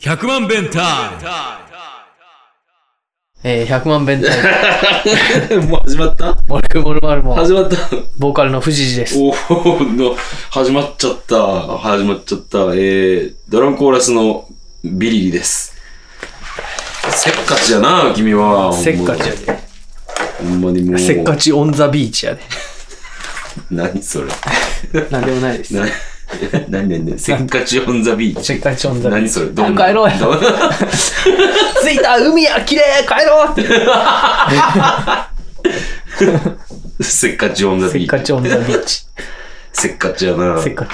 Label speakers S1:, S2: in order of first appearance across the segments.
S1: 100万弁タイム
S2: えー、100万弁タイム、
S3: もう始まった
S2: モルグモルマルモ、
S3: 始まった
S2: ボーカルの藤次です。
S3: おおの、始まっちゃった。始まっちゃった。えー、ドラムコーラスのビリリです。せっかちやな、君は。
S2: せっかちやで。
S3: ほんまにもう。
S2: せっかちオンザビーチやで。
S3: 何それ。
S2: なんでもないです。
S3: な、何何何せっかちオンザビー
S2: せ
S3: チ
S2: っ。かちオンザビー
S3: 何
S2: チ。
S3: それどん
S2: あ
S3: な
S2: 帰ろうや。
S3: どんな
S2: 着いた海や綺麗帰ろうって。
S3: せっかちオンザ
S2: せ
S3: ビ
S2: っか
S3: ーチ。
S2: ちオンザビーチ。
S3: せっかちやな。
S2: せっかち。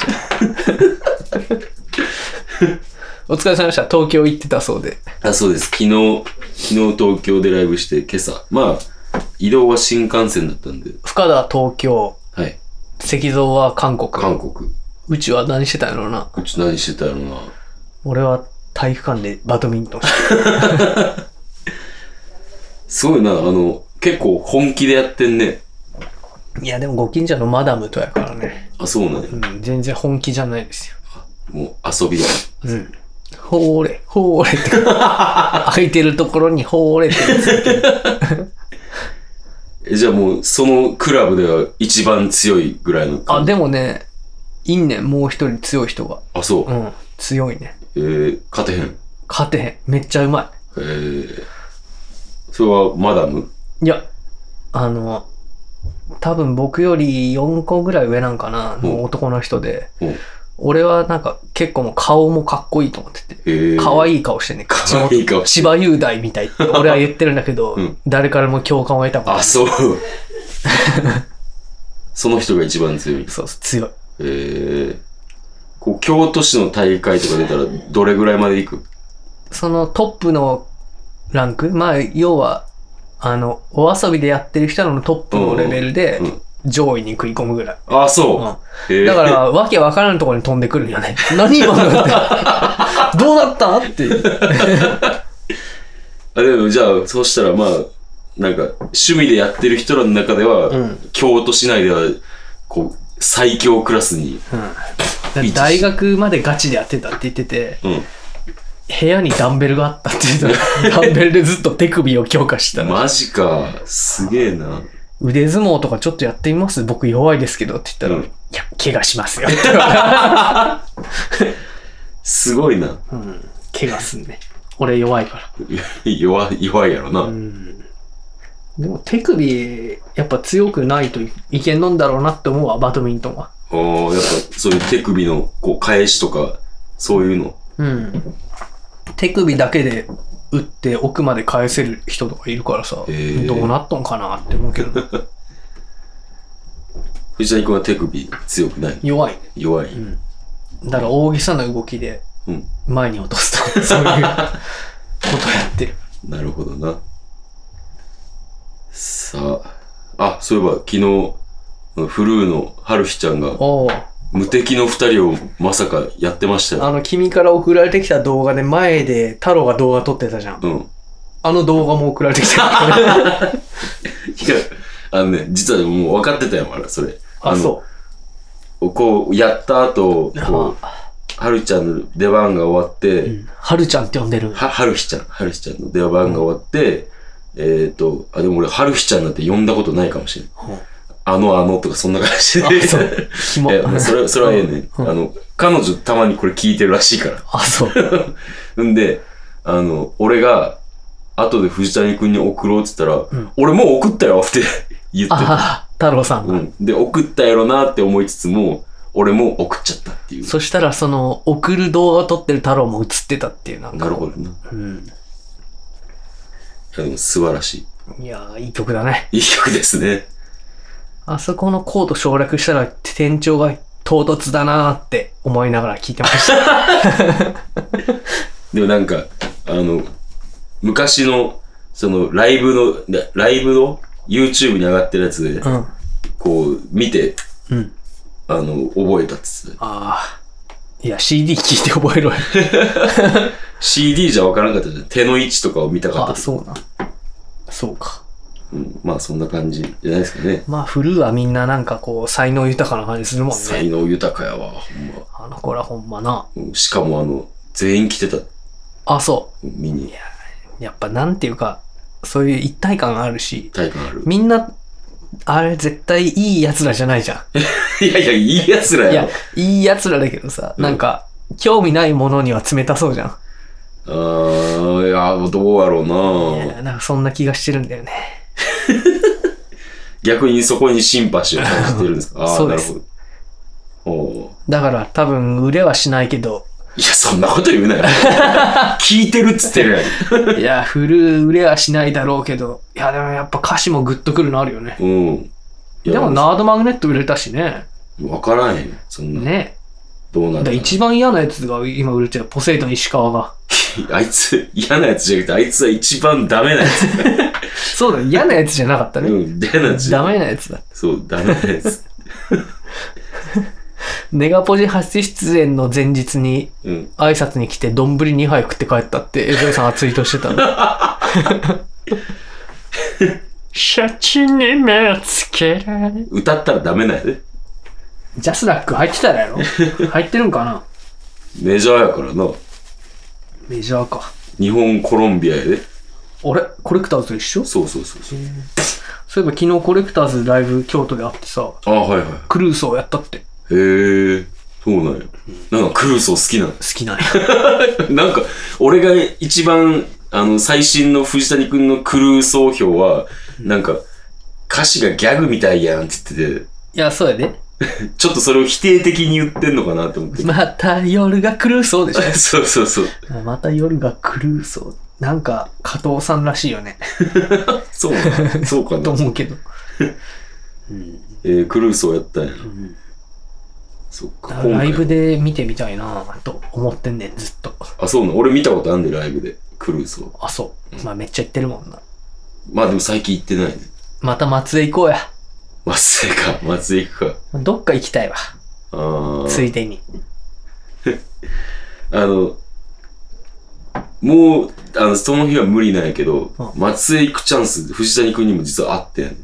S2: お疲れ様でした。東京行ってたそうで。
S3: あ、そうです。昨日、昨日東京でライブして、今朝。まあ、移動は新幹線だったんで。
S2: 深田は東京、
S3: はい。
S2: 石像は韓国。
S3: 韓国。
S2: うちは何してたんやろうな。
S3: うち何してたのな。
S2: 俺は体育館でバドミントンして
S3: すごいな、あの、結構本気でやってんね。
S2: た。いや、でもご近所のマダムとやからね。
S3: あ、そうなんや
S2: うん、全然本気じゃないですよ。
S3: もう遊びだ。
S2: うん。ほーれ、ほーれ って。空いてるところにほーれって言って。
S3: え、じゃあもう、そのクラブでは一番強いぐらいの
S2: あ、
S3: 感じ。
S2: でもね、いいねん、もう一人強い人が。
S3: あ、そう。
S2: うん、強いね。
S3: えー、勝てへん。
S2: 勝てへん。めっちゃうま
S3: えー、それはマダム
S2: い。いや、あの、多分僕より4個ぐらい上なんかな、の男の人で。
S3: うん。
S2: 俺はなんか結構もう顔もかっこいいと思ってて。
S3: えー、
S2: 可
S3: いい。
S2: 愛い顔してね。
S3: かわいい顔して
S2: 千葉雄大みたいって俺は言ってるんだけど、
S3: うん
S2: 誰からも共感を得たことない
S3: あ、そう。 その人が一番強い。
S2: そうそう、強い。
S3: えー、こう、京都市の大会とか出たら、どれぐらいまで行く
S2: そのトップのランク、まあ、要は、あの、お遊びでやってる人らのトップのレベルで
S3: うんうん、
S2: 上位に食い込むぐらい。
S3: あ、そう。
S2: う
S3: え
S2: ん、
S3: ー
S2: だから、わけわからんところに飛んでくるんよね。 何今のって。 どうなったっていう。
S3: あでもじゃあそうしたらまあなんか趣味でやってる人らの中では、
S2: うん
S3: 京都市内ではこう最強クラスに、
S2: うん、大学までガチでやってたって言ってて、
S3: う
S2: 部屋にダンベルがあったって言って た。ダンベルでずっと手首を強化してた
S3: ん、
S2: の。
S3: マジかすげえな
S2: 腕相撲とかちょっとやってみます僕弱いですけどって言ったら、
S3: うん
S2: いや、怪我しますよって言わ
S3: すごいな
S2: れうん、怪我すんね。俺弱いから。
S3: 弱い弱いやろな、
S2: うんでも手首、やっぱ強くないといいけんのんだろうなって思うわ、バドミントンは。
S3: おーやっぱそういう手首のこう返しとかそういうの
S2: うん。手首だけで打って奥まで返せる人とかいるからさ、
S3: へー
S2: どうなっとんかなって思うけど、
S3: 藤谷君は手首強くない
S2: 弱い。
S3: 弱い、
S2: うん。だから大げさな動きで
S3: うん、
S2: 前に落とす と、そういうことやってる。
S3: なるほどなさああそういえば昨日フルーの春日ちゃんが
S2: おお。
S3: 無敵の二人をまさかやってましたよ。
S2: あの、君から送られてきた動画で前で太郎が動画撮ってたじゃん。
S3: うん。い
S2: あの動画も送られてき た。
S3: や、あのね、実はもう分かってたよ、まだそれ。。
S2: あ、そう
S3: こう、やった後、
S2: う。
S3: こう、はるちゃんの出番が終わって、
S2: うんはるちゃんって呼んでる。
S3: は、はるひちゃん、はるひちゃんの出番が終わって、えっ、ー、と、あ、でも俺、はるひちゃんなんて呼んだことないかもしれない。
S2: うん
S3: あの、あのとか、そんな感じ
S2: あ
S3: で。
S2: そうキモ
S3: いやまあそれは、それはええねん。
S2: う
S3: あ
S2: ん
S3: の、彼女たまにこれ聞いてるらしいから。
S2: あ、そう。
S3: んで、あの、俺が、後で藤谷君に送ろうって言ったら、
S2: うん
S3: 俺もう送ったよって 言ってた。
S2: あ、太郎さん
S3: う
S2: が。
S3: ん。で、送ったやろなって思いつつも、俺も送っちゃったっていう。
S2: そしたら、その、送る動画撮ってる太郎も映ってたっていう、なんか。
S3: なるほどな。い
S2: うん。
S3: や、でも素晴らし
S2: いやー、いい曲だね。
S3: い。いい曲ですね。
S2: あそこのコート省略したら、店長が唐突だなーって思いながら聞いてました。
S3: でもなんか、あの、昔の、その、ライブの、ラライブの YouTube に上がってるやつで、
S2: うん。
S3: こう、見て、
S2: うん。
S3: あの、覚えたっつってた。
S2: あー。いや、CD 聞いて覚えろよ。
S3: CD じゃわからんかったじゃん。手の位置とかを見たかった
S2: あ、。そうな。そうか。
S3: うん、まあそんな感じじゃないですかね。
S2: まあ、フルーはみんななんかこう、才能豊かな感じするもん
S3: 才
S2: ね。
S3: 能豊かやわ、ほんま
S2: あの子らほんまな。
S3: うん。しかもあの、全員来てた、
S2: あ、そ
S3: 見に、
S2: う。やっぱなんていうか、そういう一体感あるし、
S3: 体感ある。
S2: みんな、あれ絶対いい奴らじゃないじゃ
S3: いやいや、いい奴ら
S2: ん。いや
S3: や、
S2: いい奴らだけどさ、
S3: うん
S2: なんか、興味ないものには冷たそうじゃん。
S3: ろ。あー、いや、どうや
S2: い
S3: ろ
S2: う
S3: な
S2: やなんかそんな気がしてるんだよね。
S3: 逆にそこにシンパシーを感じてるんです かああ、
S2: そう
S3: な
S2: で
S3: る
S2: す
S3: ほど。おー
S2: だから多分売れはしないけど、
S3: いや、そんなこと言うな よ。聞いてるっつってるやん。
S2: いや、フル売れはしないだろうけど、いや、でもやっぱ歌詞もグッとくるのあるよね。
S3: うん。いや
S2: でも、ナードマグネット売れたしね。
S3: わからへん。そんな、
S2: ね。
S3: どうな
S2: だか
S3: んだ
S2: ら一番嫌なやつが今売れてるポセイドン石川が。
S3: あいつ、嫌なやつじゃなくて、あいつは一番ダメなやつ。
S2: そうだ、嫌なやつじゃなかった
S3: う
S2: ね。
S3: ん、嫌なや つ。
S2: ダメなやつだ。
S3: そう、ダメなやつ。
S2: ネガポジ初出演の前日に
S3: うん。
S2: 挨拶に来て丼2杯食って帰ったって江添さんがツイートしてたの。シャチに目をつけられ
S3: 歌ったらダメなやつ。
S2: ジャスラック入ってたらやろ入ってるんかな
S3: メジャーやからな。
S2: メジャーか。
S3: 日本コロンビアやで。
S2: あれコレクターズと一緒
S3: そうそうそうそう。
S2: そういえば昨日コレクターズライブ京都であってさ、
S3: ああ、はいはい。
S2: クルーソーやったって。好
S3: へえ、そうなんや。なんかクルーソー好
S2: きなんや。
S3: きなの。なん か、俺が一番、あの、最新の藤谷くんのクルーソー評は、なんか、歌詞がギャグみたいやんって言って
S2: いや、そうやで。
S3: て、ちょっとそれを否定的に言ってんのかなと思って。
S2: また夜がクルーソーでし
S3: そうそうそう。
S2: ょ。また夜がクルーソー。なんか、加藤さんらしいよね。
S3: そう なんそうか
S2: と
S3: な。
S2: 思うけど。
S3: えー、クルーソーやったんや。
S2: ん
S3: そっか。今回
S2: ライブで見てみたいなと思ってんねん、ずっと。
S3: あ、そうなん。俺見たことあんで、ライブで。クルーソー。
S2: あ、そう。まあめっちゃ行ってるもんな。
S3: まあでも最近行ってないね。
S2: また松江行こうや。
S3: 松江か。松江行くか。
S2: どっか行きたいわ。
S3: ああ。
S2: ついでに。
S3: あの、もう、あの、その日は無理なんやけど、
S2: う
S3: 松江行くチャンス、藤谷くんにも実はあってん。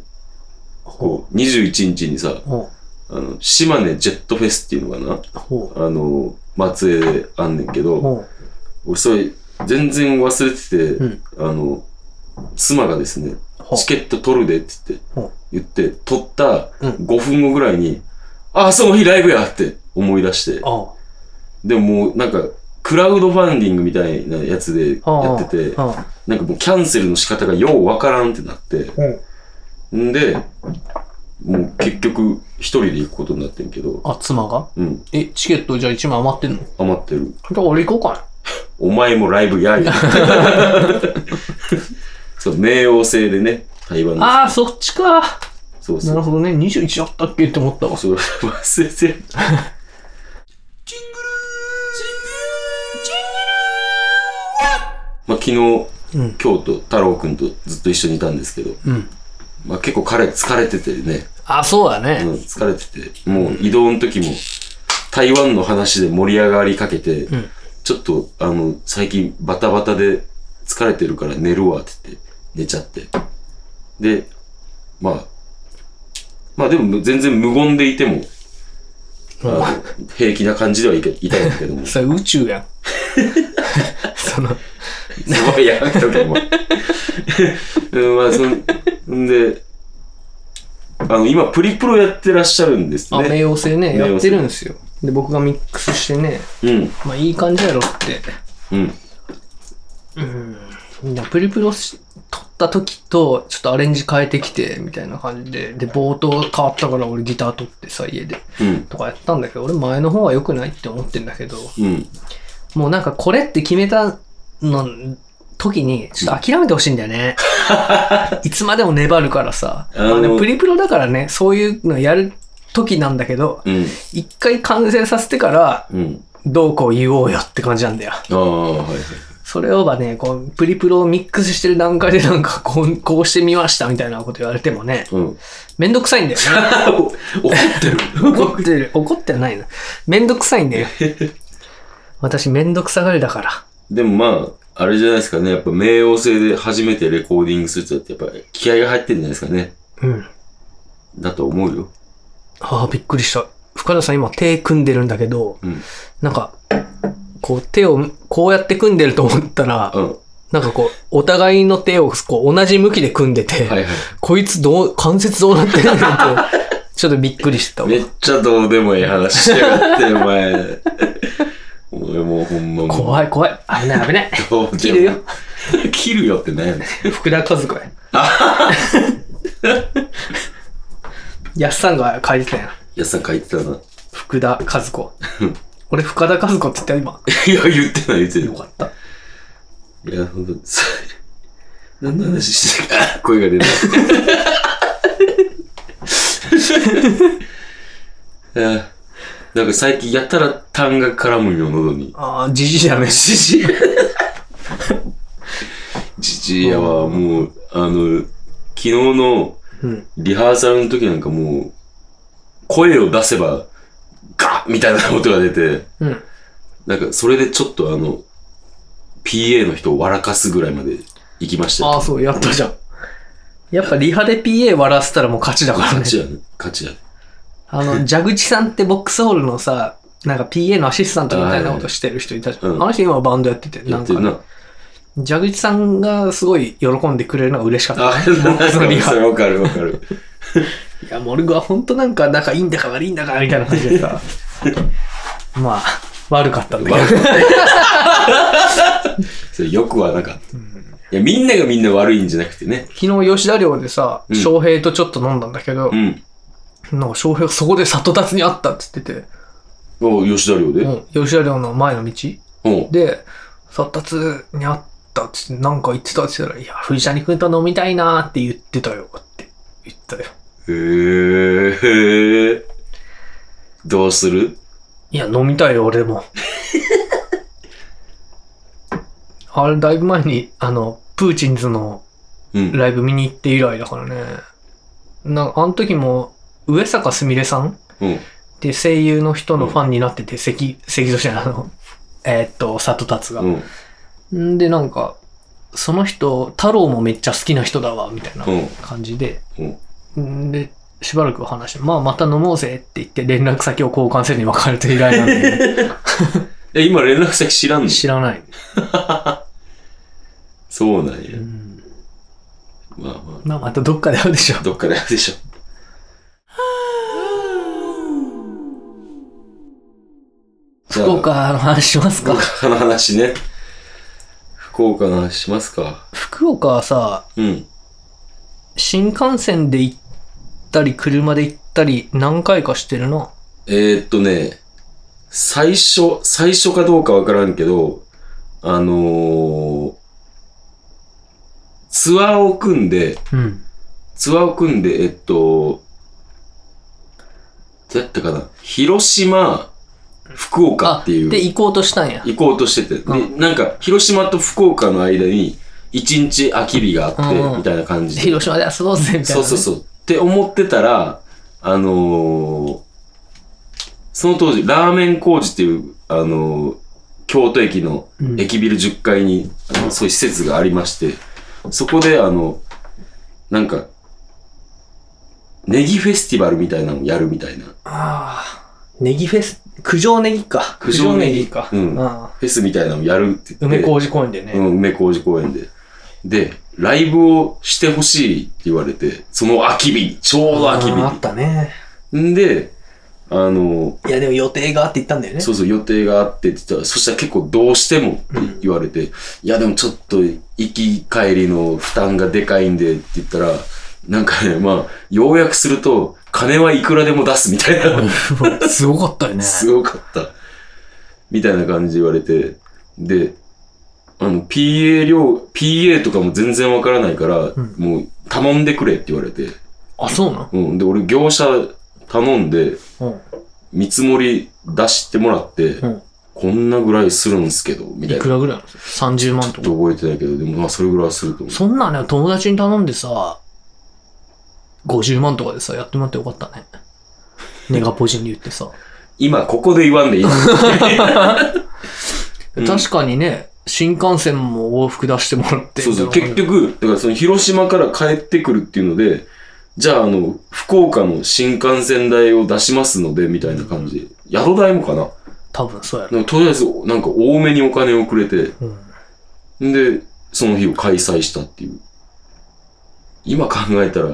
S3: こう、21日にさ、
S2: ほ
S3: あの、島根ジェットフェスっていうのか
S2: う。ほ
S3: なあの、松江であんねんけ
S2: う。
S3: ど、
S2: ほ
S3: 俺それ、全然忘れてて、
S2: う。うん。
S3: あの、妻がですね、
S2: ほう
S3: チケット取るでって言って、
S2: ほう
S3: 言って、取った
S2: うん
S3: 5分後ぐらいに、あ、その日ライブやって思い出して、
S2: あ
S3: でももうなんか、クラウドファンディングみたいなやつで
S2: あ。
S3: やってて、
S2: ああ。
S3: なんかもうキャンセルの仕方がようわからんってなって、
S2: うん
S3: んで、もう結局一人で行くことになってんけど、
S2: あ、妻が
S3: うん、
S2: え、チケットじゃあ1枚余ってんの
S3: 余ってる。
S2: じゃあ俺行こうか
S3: お前もライブや り。そう、冥王星でね、台湾の。
S2: な。ああ、そっちか。
S3: そうそ
S2: な
S3: う
S2: る。ほどね。21あったっけって思ったわ。
S3: そう、 忘れてる。まあ、昨日、
S2: うん。
S3: 京都太郎くんとずっと一緒にいたんですけど、
S2: うん。
S3: まあ、結構彼疲れててね、
S2: あ、そうだ
S3: う
S2: ね。
S3: ん、疲れてて、もう移動の時も台湾の話で盛り上がりかけて、
S2: ん
S3: ちょっとあの最近バタバタで疲れてるから寝るわって言って寝ちゃって。で、まあ、まあでも全然無言でいても、あの平気な感じではいけいたんだけど も。
S2: それ宇宙やん。その、
S3: すごいやばい時も。 うんまあ、そんんで、あの、今、プリプロやってらっしゃるんです
S2: あ、
S3: ね。
S2: 冥王星ね、
S3: 冥王星
S2: やってるんですよ。で、僕がミックスしてね、
S3: うん、
S2: まあいい感じやろって。
S3: うん。
S2: みんなプリプロし撮った時と、ちょっとアレンジ変えてきて、みたいな感じで。で、冒頭変わったから俺ギター取ってさ、家で。
S3: うん、
S2: とかやったんだけど、俺前の方は良くないって思ってんだけど、
S3: うん。
S2: もうなんかこれって決めたの時に、ちょっと諦めてほしいんだよね。いつまでも粘るからさ。
S3: あの
S2: まあでもプリプロだからね、そういうのやる時なんだけど、
S3: うん、
S2: 一回完成させてから、
S3: うん。
S2: どうこう言おうよって感じなんだよ。
S3: ああ、はいはい。
S2: それをばね、こう、プリプロをミックスしてる段階でなんか、こう、こうしてみましたみたいなこと言われてもね、
S3: うん。
S2: めんどくさいんだよね。
S3: 怒ってる。
S2: 怒ってる、怒ってはないな。めんどくさいんだよ。私めんどくさがりだから。
S3: でもまあ、あれじゃないですかね。やっぱ冥王星で初めてレコーディングするってやっぱ気合が入ってるんじゃないですかね。
S2: うん。
S3: だと思うよ。
S2: ああ、びっくりした。深田さん今手組んでるんだけど、
S3: うん
S2: なんか、こう手をこうやって組んでると思ったら、
S3: うん。は
S2: なんかこう、お互いの手をこう同じ向きで組んでて、
S3: いはい。
S2: こいつどう、関節どうなってるの って、ちょっとびっくりしてたわ。
S3: めっちゃどうでもいい話しやがって、お前。 俺もうほんまもう。
S2: 怖い怖い。危ない危ない。
S3: どうでも
S2: 切るよ。
S3: 切るよって何やねん。
S2: 福田和子や。 やっさんが書いてたやん。
S3: やっさん書いてたな。
S2: 福田和子。俺、深田和子って言ったよ、今。
S3: いや、言ってない、言って
S2: よかった。
S3: ない。いや、ほんと、それ何の話してたか、あ声が出 ない。あなんか最近やたら痰が絡むよ、喉に。
S2: ああ、じじいやめ。
S3: じじい。じじいやはもう、あの、昨日の
S2: うん。
S3: リハーサルの時なんかもう、声を出せば、ガッみたいな音が出て、
S2: うん。
S3: なんかそれでちょっとあの、PA の人を笑かすぐらいまで行きましたよ。
S2: ああ、そう、やったじゃん。やっぱリハで PA 笑わせたらもう勝ちだからね
S3: 勝。ちやね。勝ちやね。
S2: あの、蛇口さんってボックスホールのさ、なんか PA のアシスタントみたいなことしてる人いたじゃん。
S3: はいはい
S2: あの人今バンドやってて、
S3: や
S2: な
S3: っ
S2: ん
S3: て
S2: か
S3: る、な。
S2: 蛇口さんがすごい喜んでくれるのが嬉しかった。
S3: あ、なんか
S2: そ
S3: そ
S2: のリ
S3: れ
S2: ハ
S3: わかるわかる。
S2: いや、モルグは本当なんか仲いいんだか悪いんだかみたいな感じでさ。 まあ、悪かったんだけど。
S3: それよくはなかった。いや、みんながみんな悪いんじゃなくてね。
S2: 昨日吉田寮でさ、
S3: うん
S2: 翔平とちょっと飲んだんだけど
S3: う、ん。
S2: なんか翔平がそこで里達に会ったって言ってて、
S3: お吉田寮で。
S2: うん吉田寮の前の道
S3: うん。
S2: で、里達に会ったって言って、なんか言ってたって言ったら、いや、藤谷君と飲みたいなーって言ってたよって言ったよ。
S3: へー。どうする
S2: いや、飲みたいよ、俺も。 あれ、だいぶ前に、あの、プーチンズの
S3: うん。
S2: ライブ見に行って以来だからね。なんか、あの時も、上坂すみれさんっ
S3: うん。
S2: て声優の人のファンになってて、関、関戸じゃない、あの、えーっと、里達が
S3: う。ん。
S2: んで、なんか、その人、太郎もめっちゃ好きな人だわ、みたいな
S3: うん。
S2: 感じで。
S3: うん。
S2: んで、しばらくお話して、まあ、また飲もうぜって言って、連絡先を交換せずに別れて以来なんで、
S3: え、今連絡先知らんの
S2: 知らない。
S3: そうなんや
S2: う。ん
S3: まあま
S2: まあ、またどっかで会うでしょ
S3: あ、。どっかであるでしょ。じゃあ
S2: 福岡の話します
S3: 福
S2: か。
S3: 岡の話ね。福岡の話しますか。
S2: 福岡はさ、
S3: うん。
S2: 新幹線で行ったり、車で行ったり、何回かしてるな。
S3: えー、っとね、最初、最初かどうかわからんけど、あのー、ツアーを組んで、
S2: うん。
S3: ツアーを組んで、えっと、どうやったかな広島、福岡っていう。
S2: で、行こうとしたんや。
S3: 行こうとしてて、
S2: う
S3: で、なんか、広島と福岡の間に、一日空き日があって、
S2: うんうん
S3: みたいな感じで。
S2: 広島で遊ぼうぜ、みたいなね、
S3: そうそうそう。って思ってたら、あのーその当時、ラーメン工事っていう、あのー京都駅の
S2: うん
S3: 駅ビル10階に、あのそういう施設がありまして、そこで、あの、なんか、ネギフェスティバルみたいなのをやるみたいな。
S2: ああ。ネギフェス、九条ネギか。
S3: 九条ネギ
S2: 九条
S3: う
S2: ネ
S3: ん
S2: ギか。
S3: フェスみたいなのをやるって
S2: う
S3: 言
S2: ん。
S3: って。
S2: 梅小路公園で
S3: う
S2: ね。
S3: ん、梅小路公園で。で、ライブをしてほしいって言われて、その空き日、ちょうど空き日
S2: あーあったね。
S3: に。んで、あの、
S2: いや、でも予定があって言ったん だよね。
S3: そうそう予定があってって言ったら、そしたら結構どうしてもって言われて、いやでもちょっと行き帰りの負担がでかいんでって言ったら、なんかね、まあ、要約すると、金はいくらでも出すみたいな。
S2: すごかったよね。
S3: すごかった。みたいな感じで言われて、で、あの、PA 量、PA とかも全然わからないから、
S2: ん
S3: もう頼んでくれって言われて、
S2: あ、そうな
S3: うん。で、俺業者頼んで、
S2: の
S3: 見積もり出してもらって、
S2: うん。
S3: こんなぐらいするんすけど、み
S2: うん。
S3: た
S2: い
S3: いな。
S2: く
S3: ち
S2: らぐらいなの ?30 万と
S3: ょっ
S2: か。
S3: と覚えてないけど、でもまあそれぐらいはすると思う。
S2: そんなね、友達に頼んでさ、50万とかでさ、やってもらってよかった ね。ネガポジに言ってさ。
S3: 今、ここで言わんでいい。
S2: 確かにね、新幹線も往復出してもらって。
S3: そうそう。
S2: みたい
S3: 結
S2: な
S3: 局、だからその広島から帰ってくるっていうので、じゃああの、福岡の新幹線代を出しますので、みたいな感じ。宿代もかな
S2: 多分そうやろ。
S3: なんかとりあえず、なんか多めにお金をくれて、
S2: うん。
S3: んで、その日を開催したっていう。今考えたら、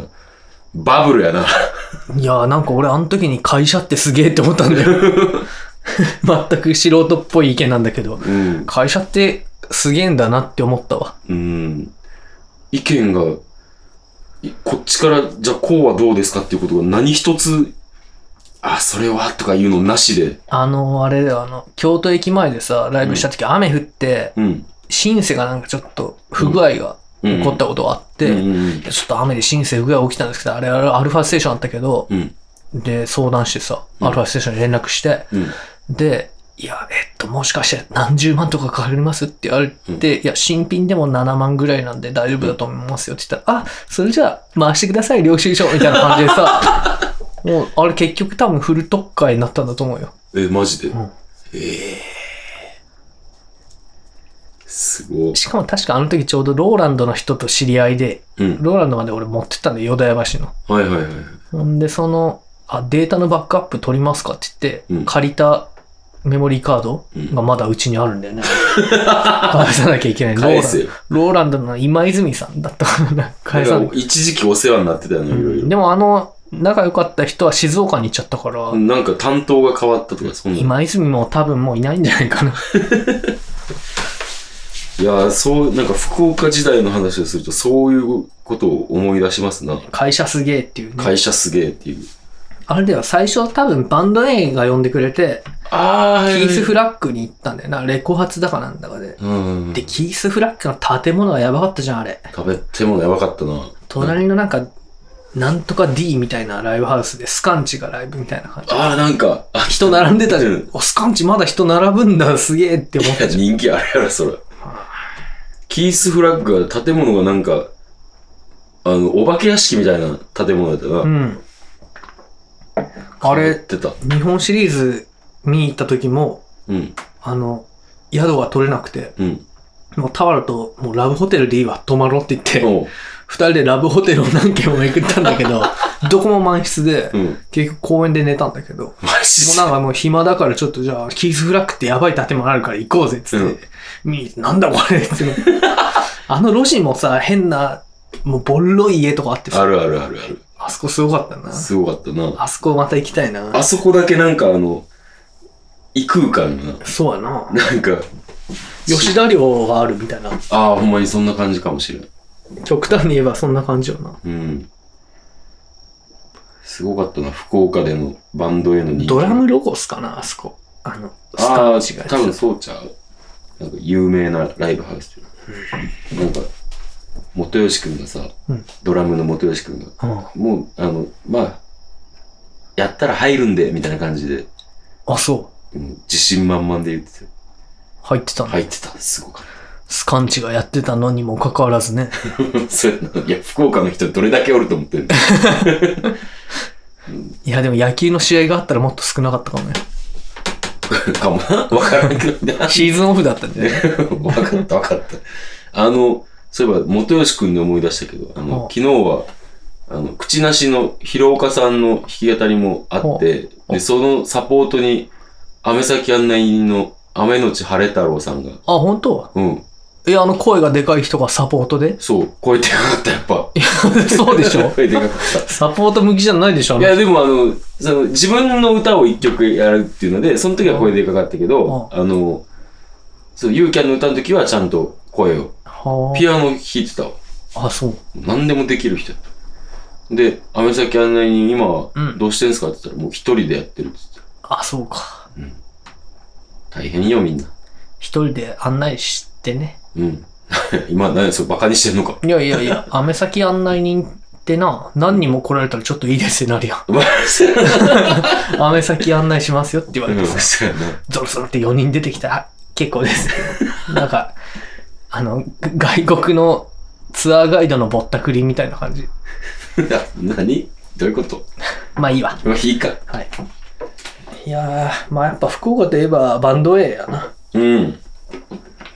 S3: バブルやな。
S2: いやーなんか俺あの時に会社ってすげえって思ったんだよ。 全く素人っぽい意見なんだけど、
S3: うん。
S2: 会社ってすげえんだなって思ったわ。
S3: うん。意見が、いこっちから、じゃあこうはどうですかっていうことが何一つ、あ、それはとか言うのなしで。
S2: あの、あれだよ、あの、京都駅前でさ、ライブした時雨降って、
S3: うん。
S2: シンセがなんかちょっと不具合が起こったことがあって、
S3: うんうんうん
S2: ちょっと雨でシンセ不具合起きたんですけど、あれアルファステーションあったけど、
S3: うん。
S2: で、相談してさ、
S3: うん
S2: アルファステーションに連絡して、
S3: うん。
S2: で、いや、えっと、もしかして何十万とかかかりますって言われて、いや、新品でも7万ぐらいなんで大丈夫だと思いますよって言ったら、あ、それじゃあ回してください、領収書みたいな感じでさ、 もう、あれ結局多分フル特価になったんだと思うよ。
S3: え、マジで。
S2: ん
S3: ええすごい。
S2: しかも確かあの時ちょうどローランドの人と知り合いで、
S3: うん。
S2: ローランドまで俺持ってったんで、ヨダヤ橋の。
S3: はいはいはい。
S2: ほんで、その、あ、データのバックアップ取りますかって言って、
S3: うん
S2: 借りたメモリーカード
S3: うん
S2: がまだうちにあるんだよ ね。返さなきゃいけない。ローラン
S3: 返せよ。
S2: ローランドの今泉さんだったかな。
S3: だ
S2: 返
S3: か
S2: さな
S3: ら
S2: きゃ
S3: 一時期お世話になってたよね、いろい
S2: でもあの、仲良かった人は静岡に行っちゃったから、
S3: ろ。なんか担当が変わったとか、そんな。
S2: 今泉も多分もういないんじゃないかな。
S3: いやーそう、なんか福岡時代の話をすると、そういうことを思い出しますな。
S2: 会社すげえっていうね。
S3: 会社すげえっていう。
S2: あれだよ、最初多分バンドエイが呼んでくれて、
S3: あ
S2: キ
S3: ー
S2: ースフラッグに行ったんだよな。レコ発だかなんだかで。
S3: うん。
S2: で、キースフラッグの建物がやばかったじゃん、あれ。
S3: 食べてもやばかったな。
S2: 隣のなんか、なんとか D みたいなライブハウスで、スカンチがライブみたいな感じ。
S3: ああ、なんか、あ、
S2: 人並んでたじゃ
S3: うんん。
S2: お、スカンチまだ人並ぶんだ、すげえって思っ
S3: いや
S2: たじゃん。
S3: 人気あるやろ、それ。キースフラッグは建物がなんか、あの、お化け屋敷みたいな建物だった
S2: う
S3: な。
S2: ん。あ
S3: やっ
S2: れ、
S3: てた。
S2: 日本シリーズ見に行った時も、
S3: うん、
S2: あの、宿が取れなくて、
S3: うん。
S2: もうタワルと、もうラブホテルでいいわ、泊まろうって言って、
S3: おう
S2: 二人でラブホテルを何軒も巡ったんだけ ど、どこも満室で
S3: う、ん。
S2: 結局公園で寝たんだけど、
S3: マ
S2: もう
S3: ジで
S2: なんかもう暇だからちょっとじゃあ、キースフラッグってやばい建物あるから行こうぜっつって、見になんだこれっつって。 あの路地もさ、変な、もうボロい家とかあって
S3: あ
S2: さ、
S3: るあるあるある。
S2: あそこすごかったな。
S3: すごかったな。
S2: あそこまた行きたいな
S3: あ。そこだけなんかあの、異空間がな。
S2: そうやな。
S3: なんか、
S2: 吉田寮があるみたいな。
S3: ああ、ほんまにそんな感じかもしれん。
S2: 極端に言えばそんな感じよな。
S3: うん。すごかったな、福岡でのバンドへの人気
S2: ドラムロゴスかな、あそこ。あの、ス
S3: あ
S2: カ
S3: あ
S2: ンチが
S3: ー、多分そうちゃう。なんか有名なライブハウスで。なんか、元吉くんがさ、
S2: うん
S3: ドラムの元吉くんが、
S2: うん
S3: もう、あの、まあ、やったら入るんで、みたいな感じで、
S2: あ、そう。
S3: うん自信満々で言ってて、
S2: 入ってたの、
S3: 入ってた、すごかっ
S2: スカンチがやってたのにもかかわらずね。
S3: た。そうやな。いや、福岡の人どれだけおると思ってんの
S2: いや、でも野球の試合があったらもっと少なかったかもね。
S3: かもな。わからんけど な。
S2: シーズンオフだったんで、ね。
S3: わかったわかった。あの、そういえば、元吉くんで思い出したけど、あ
S2: ほ
S3: の
S2: う、
S3: 昨日は、あの、口なしの広岡さんの弾き語りもあって、
S2: ほう
S3: で、そのサポートに、雨先案内人の雨のち晴れ太郎さんが、
S2: あ、本当
S3: うん、
S2: え、あの声がでかい人がサポートで
S3: そう、声でかかった、やっぱ。
S2: そうでしょ
S3: 声でかかっ
S2: サポート向きじゃないでしょあ
S3: た。
S2: の
S3: い
S2: 人
S3: や、でもあの、その、自分の歌を一曲やるっていうので、その時は声でかかったけど、あの、そう、ゆうキャンの歌の時はちゃんと声を、
S2: は
S3: ピアノ弾いてたわ。
S2: あ、あ、そう。
S3: 何でもできる人やった。で、雨先案内人、今は
S2: うん
S3: どうしてんすかって言ったら、もう一人でやってるって言って
S2: あ、そうか。
S3: た。大変よ、みんな。
S2: 一人で案内してね。
S3: うん。 今、何それ、バカにしてんのか。
S2: いやいやい や、雨先案内人ってな、何人も来られたらちょっといいですよ、なるやん。
S3: バカにしてんのか。
S2: 雨先案内しますよって言わ
S3: う
S2: れて
S3: ん
S2: さ、
S3: そうや な
S2: ゾロゾロって4人出てきたら、結構 です。なんか、あの、外国のツアーガイドのぼったくりみたいな感じ。
S3: な何どういうこと
S2: まあいいわ。
S3: まあいいか。
S2: はい。いやー、まあやっぱ福岡といえばバンド A やな。
S3: うん。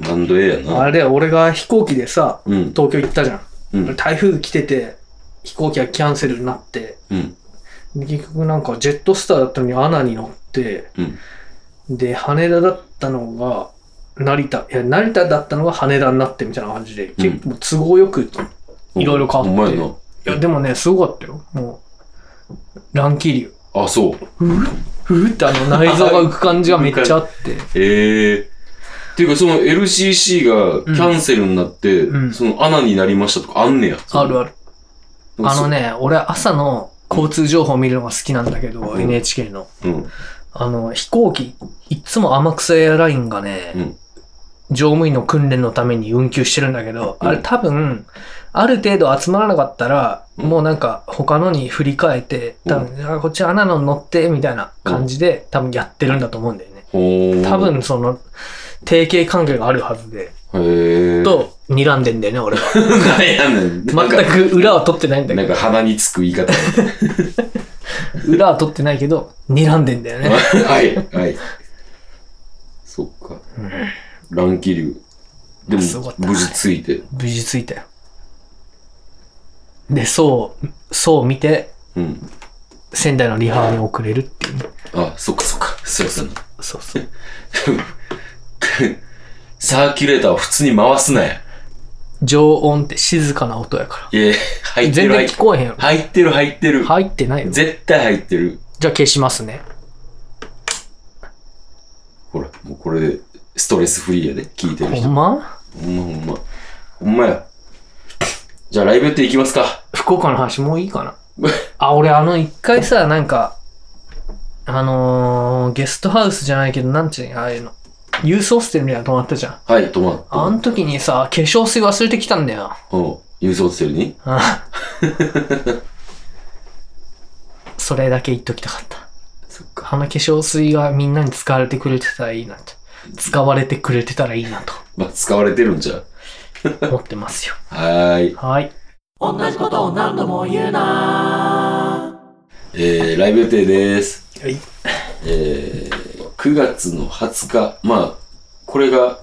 S3: バハンドエアな。
S2: あれ、俺が飛行機でさ、
S3: うん。
S2: 東京行ったじゃん。
S3: うん。
S2: 台風来てて、飛行機がキャンセルになって、
S3: うん。
S2: で結局なんかジェットスターだったのにアナに乗って、
S3: うん。
S2: で、羽田だったのが、成田、いや、成田だったのが羽田になってみたいな感じで、結構都合よく、いろいろ変わって
S3: ほんまやな。
S2: いや、でもね、すごかったよ。もう、乱気流。
S3: あ、そう。
S2: ふーってあの内臓が浮く感じがめっちゃあ って。
S3: ええっていうか、その LCC がキャンセルになって、
S2: うん
S3: その穴になりましたとかあんねや。
S2: あるある。
S3: なんか
S2: あ
S3: そ
S2: の。ね、俺朝の交通情報見るのが好きなんだけど、
S3: うん
S2: NHK の。
S3: うん。
S2: あの、飛行機、いっつも天草エアラインがね、
S3: うん
S2: 乗務員の訓練のために運休してるんだけど、
S3: うん
S2: あれ多分、ある程度集まらなかったら、
S3: うん
S2: もうなんか他のに振り替えて、多分、あこっち穴の乗って、みたいな感じで、多分やってるんだと思うんだよね。
S3: ほー
S2: 多。分その、提携関係があるはずで、
S3: へえ。
S2: と、睨んでんだよね、俺は。
S3: なんやねん。なんか、
S2: 全く裏は取ってないんだ
S3: な
S2: け
S3: ん
S2: ど、
S3: か鼻につく言 い方。
S2: 裏は取ってないけど、睨んでんだよね。
S3: はい。はい。そっか。乱気流。でも
S2: すごかっ、た
S3: 無事ついて。
S2: 無事着いたよ。で、そう、そう見て、
S3: うん。
S2: 仙台のリハに遅れるっていうね。
S3: あ、そっかそっか。そうそう。
S2: そうそう。
S3: サーキュレーターを普通に回すなや。
S2: 常音って静かな音やか
S3: いや、入
S2: ら。
S3: って
S2: 全
S3: る
S2: 然
S3: 入っ
S2: 聞こえへんよ。
S3: 入ってる入ってる。
S2: 入ってないよ。じゃ
S3: 絶対入ってる。
S2: あ消しますね。
S3: ほら、もうこれでストレスフリーやで、聞いてる
S2: ほ
S3: 人。
S2: んま
S3: ほんまほんま。ほんまや。じゃあライブやっていきますか。
S2: 福岡の話もういい かな。あ、俺あの一回さ、なんか、あのー、ゲストハウスじゃないけど、なんちゅうのああいうの。ユースホステルみたいなの泊まったじゃん。
S3: はい、止まった。
S2: あの時にさ、化粧水忘れてきたんだよ。
S3: うん。郵送ホテルに
S2: ああ それだけ言っときたかった。
S3: そっか。
S2: あの化粧水がみんなに使われてくれてたらいいなと。使われてくれてたらいいな と
S3: まあ、使われてるんじゃう。
S2: 思ってますよ。
S3: はーい。
S2: はい。
S3: えー、ライブ予定です。
S2: はい。
S3: えー、9月の20日。まあ、これが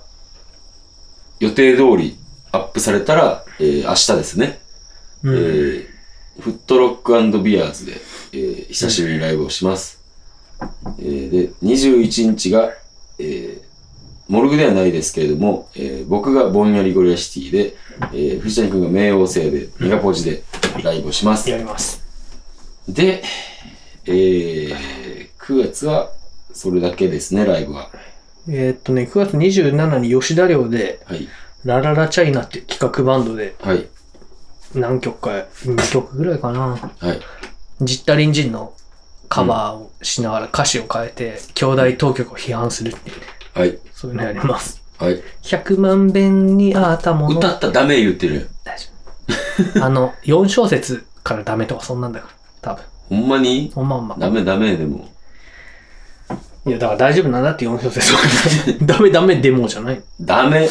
S3: 予定通りアップされたら、えー、明日ですね。
S2: うん。
S3: えーフットロックビアーズで、えー久しぶりにライブをします。えーで、21日が、えーモルグではないですけれども、えー僕がぼんやりゴリラシティで、えー藤谷くんが冥王星で、メガポジでライブをします
S2: や。ります。
S3: で、えー9月はそれだけですね、ライブは。
S2: えーっとね、9月27日に吉田寮で、
S3: はい。
S2: ラララチャイナっていう企画バンドで、
S3: はい。
S2: 何曲か、2曲ぐらいかな。
S3: はい。
S2: ジッタリンジンのカバーをしながら歌詞を変えて、兄弟当局を批判するっていうね、
S3: はい。
S2: そういうのやります。
S3: はい。
S2: 100万遍にあったもの。
S3: 歌ったらダメ言ってる。
S2: 大丈夫。あの、4小節からダメとかそんなんだから、多分。
S3: ほんまに
S2: ほんまほんま。
S3: ダメダメでも。
S2: いや、だから大丈夫なんだって4小節は。ダメダメデモじゃない。
S3: ダメ。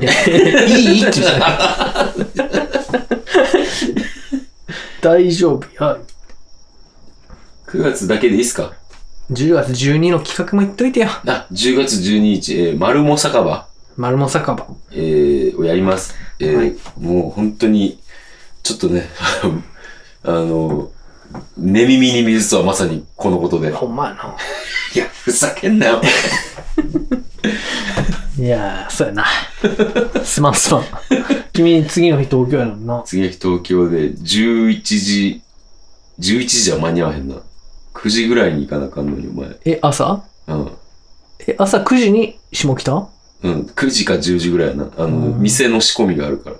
S2: いやいいいいって言うじゃない。大丈夫。いや、
S3: 9月だけでいいっすか
S2: 10月12の企画も言っといてよ。
S3: あ、10月12日、えー、丸も酒場、
S2: 丸も酒場。
S3: えー、をやります。えー
S2: はい
S3: もう本当に、ちょっとね、 あの、寝耳に水とはまさにこのことで。
S2: ほんまやな。
S3: いや、ふざけんなよ。
S2: いやー、そうやな。すまんすまん。君、次の日東京やのにな。
S3: 次の日東京で11時、11時じゃ間に合わへんな。9時ぐらいに行かなあかんのに、お前。
S2: え、朝
S3: うん。
S2: え、朝9時に下北
S3: うん、9時か10時ぐらいやな。あの、
S2: うん
S3: 店の仕込みがあるから。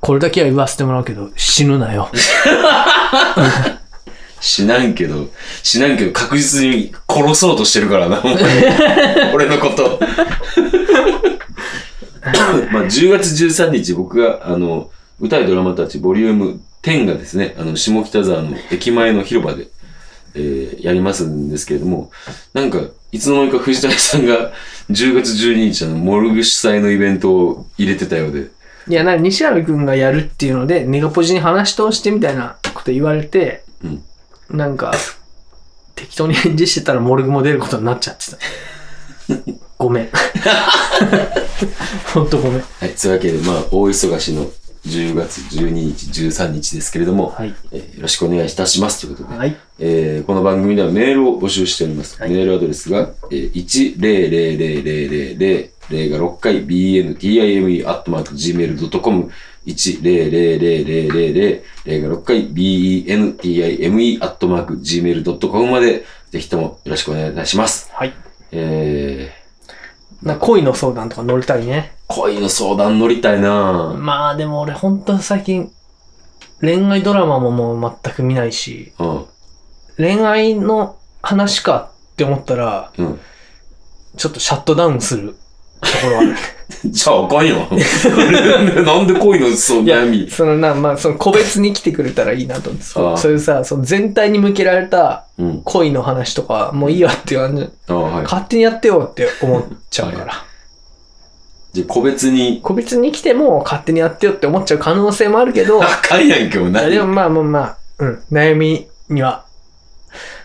S2: これだけは言わせてもらうけど、死ぬなよ。
S3: しなんけど、しなんけど確実に殺そうとしてるからな、お前俺のこと。まあ、10月13日僕が、あの、歌いドラマたちボリューム10がですね、あの、下北沢の駅前の広場で、えーやりますんですけれども、なんか、いつの間にか藤谷さんが10月12日あのモルグ主催のイベントを入れてたようで、
S2: いや、なんか西原くんがやるっていうので、ネガポジに話し通してみたいなこと言われて、
S3: うん
S2: なんか、適当に返事してたらモルグも出ることになっちゃってた。ごめん。ほんとごめん。
S3: はい、というわけで、まあ、大忙しの10月12日、13日ですけれども、
S2: はい。
S3: えーよろしくお願いいたしますということで、
S2: はい。
S3: えーこの番組ではメールを募集しております。
S2: はい
S3: メールアドレスが、えー、1000000零が6回 bntime.gmail.com 1000000零が6回 bentime.gmail.com までぜひともよろしくお願いいたします。
S2: はい。
S3: え
S2: なんか恋の相談とか乗れたりね
S3: ー、。恋の相談乗りたいな
S2: まあでも俺ほんと最近、恋愛ドラマももう全く見ないし、
S3: ぁ。うん。
S2: 恋愛の話かって思ったら、
S3: うん
S2: ちょっとシャットダウンするところはある。
S3: じゃああか んよ。なんで恋のそう悩み。
S2: そのな、まあその個別に来てくれたらいいなと思って、
S3: あ
S2: そ
S3: あ
S2: うそういうさ、その全体に向けられた
S3: うん。
S2: 恋の話とか、もういいやっていう感じ、
S3: あはい。
S2: 勝手にやってよって思っちゃうから。
S3: じゃあ個別に。
S2: 個別に来ても勝手にやってよって思っちゃう可能性もあるけ ど、
S3: あかんやんけ、お前。
S2: でもまあまあまあ、うん、悩みには、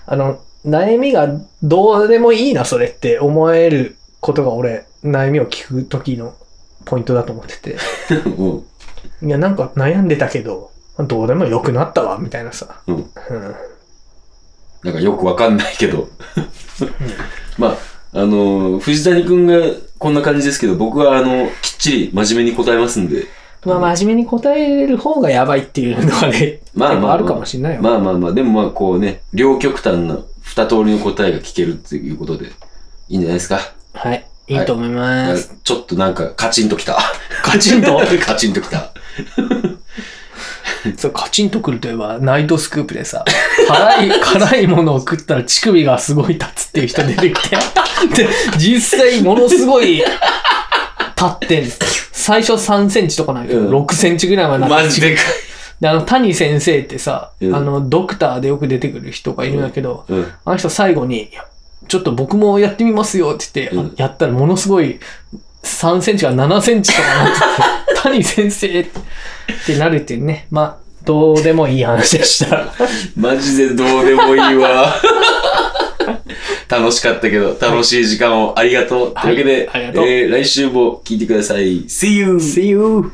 S2: あの、悩みがどうでもいいな、それって思えることが俺、悩みを聞く時のポイントだと思ってて。
S3: うん。
S2: いや、なんか悩んでたけど、どうでもよくなったわ、みたいなさ。
S3: うん
S2: うん
S3: なんかよくわかんないけど。まあ、あのー藤谷くんがこんな感じですけど、僕はあの、きっちり真面目に答えますんで。
S2: まあ、真面目に答える方がやばいっていうのがね、
S3: まあまあまあ
S2: 結構るかもしれないよ。
S3: まあまあまあ、でもまあこうね、両極端な二通りの答えが聞けるっていうことで、いいんじゃないですか。
S2: はい。いいと思います。
S3: ちょっとなんかカチンときた。
S2: カチンと
S3: カチンときた。
S2: そう、カチンとくるといえば、ナイトスクープでさ、辛 い、辛いものを食ったら乳首がすごい立つっていう人出てきて、 で、実際ものすごい立ってんの最初3センチとかないけど、
S3: うん
S2: 6センチぐらいまでなって
S3: マジでかい。
S2: で、あの、谷先生ってさ、
S3: うん
S2: あの、ドクターでよく出てくる人がいるんだけど、
S3: うん。
S2: あの人最後に、いやちょっと僕もやってみますよって言って、
S3: うん
S2: やったらものすごい3センチから7センチとかなって て、谷先生ってなるっていうね。まあ、どうでもいい話でした。
S3: マジでどうでもいいわ。楽しかったけど、楽しい時間をありがとう。
S2: はい
S3: というわ
S2: あ
S3: け
S2: り
S3: で、
S2: がとう
S3: えー来週も聞いてください。See you!
S2: See you!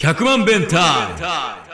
S1: !100 万弁タイム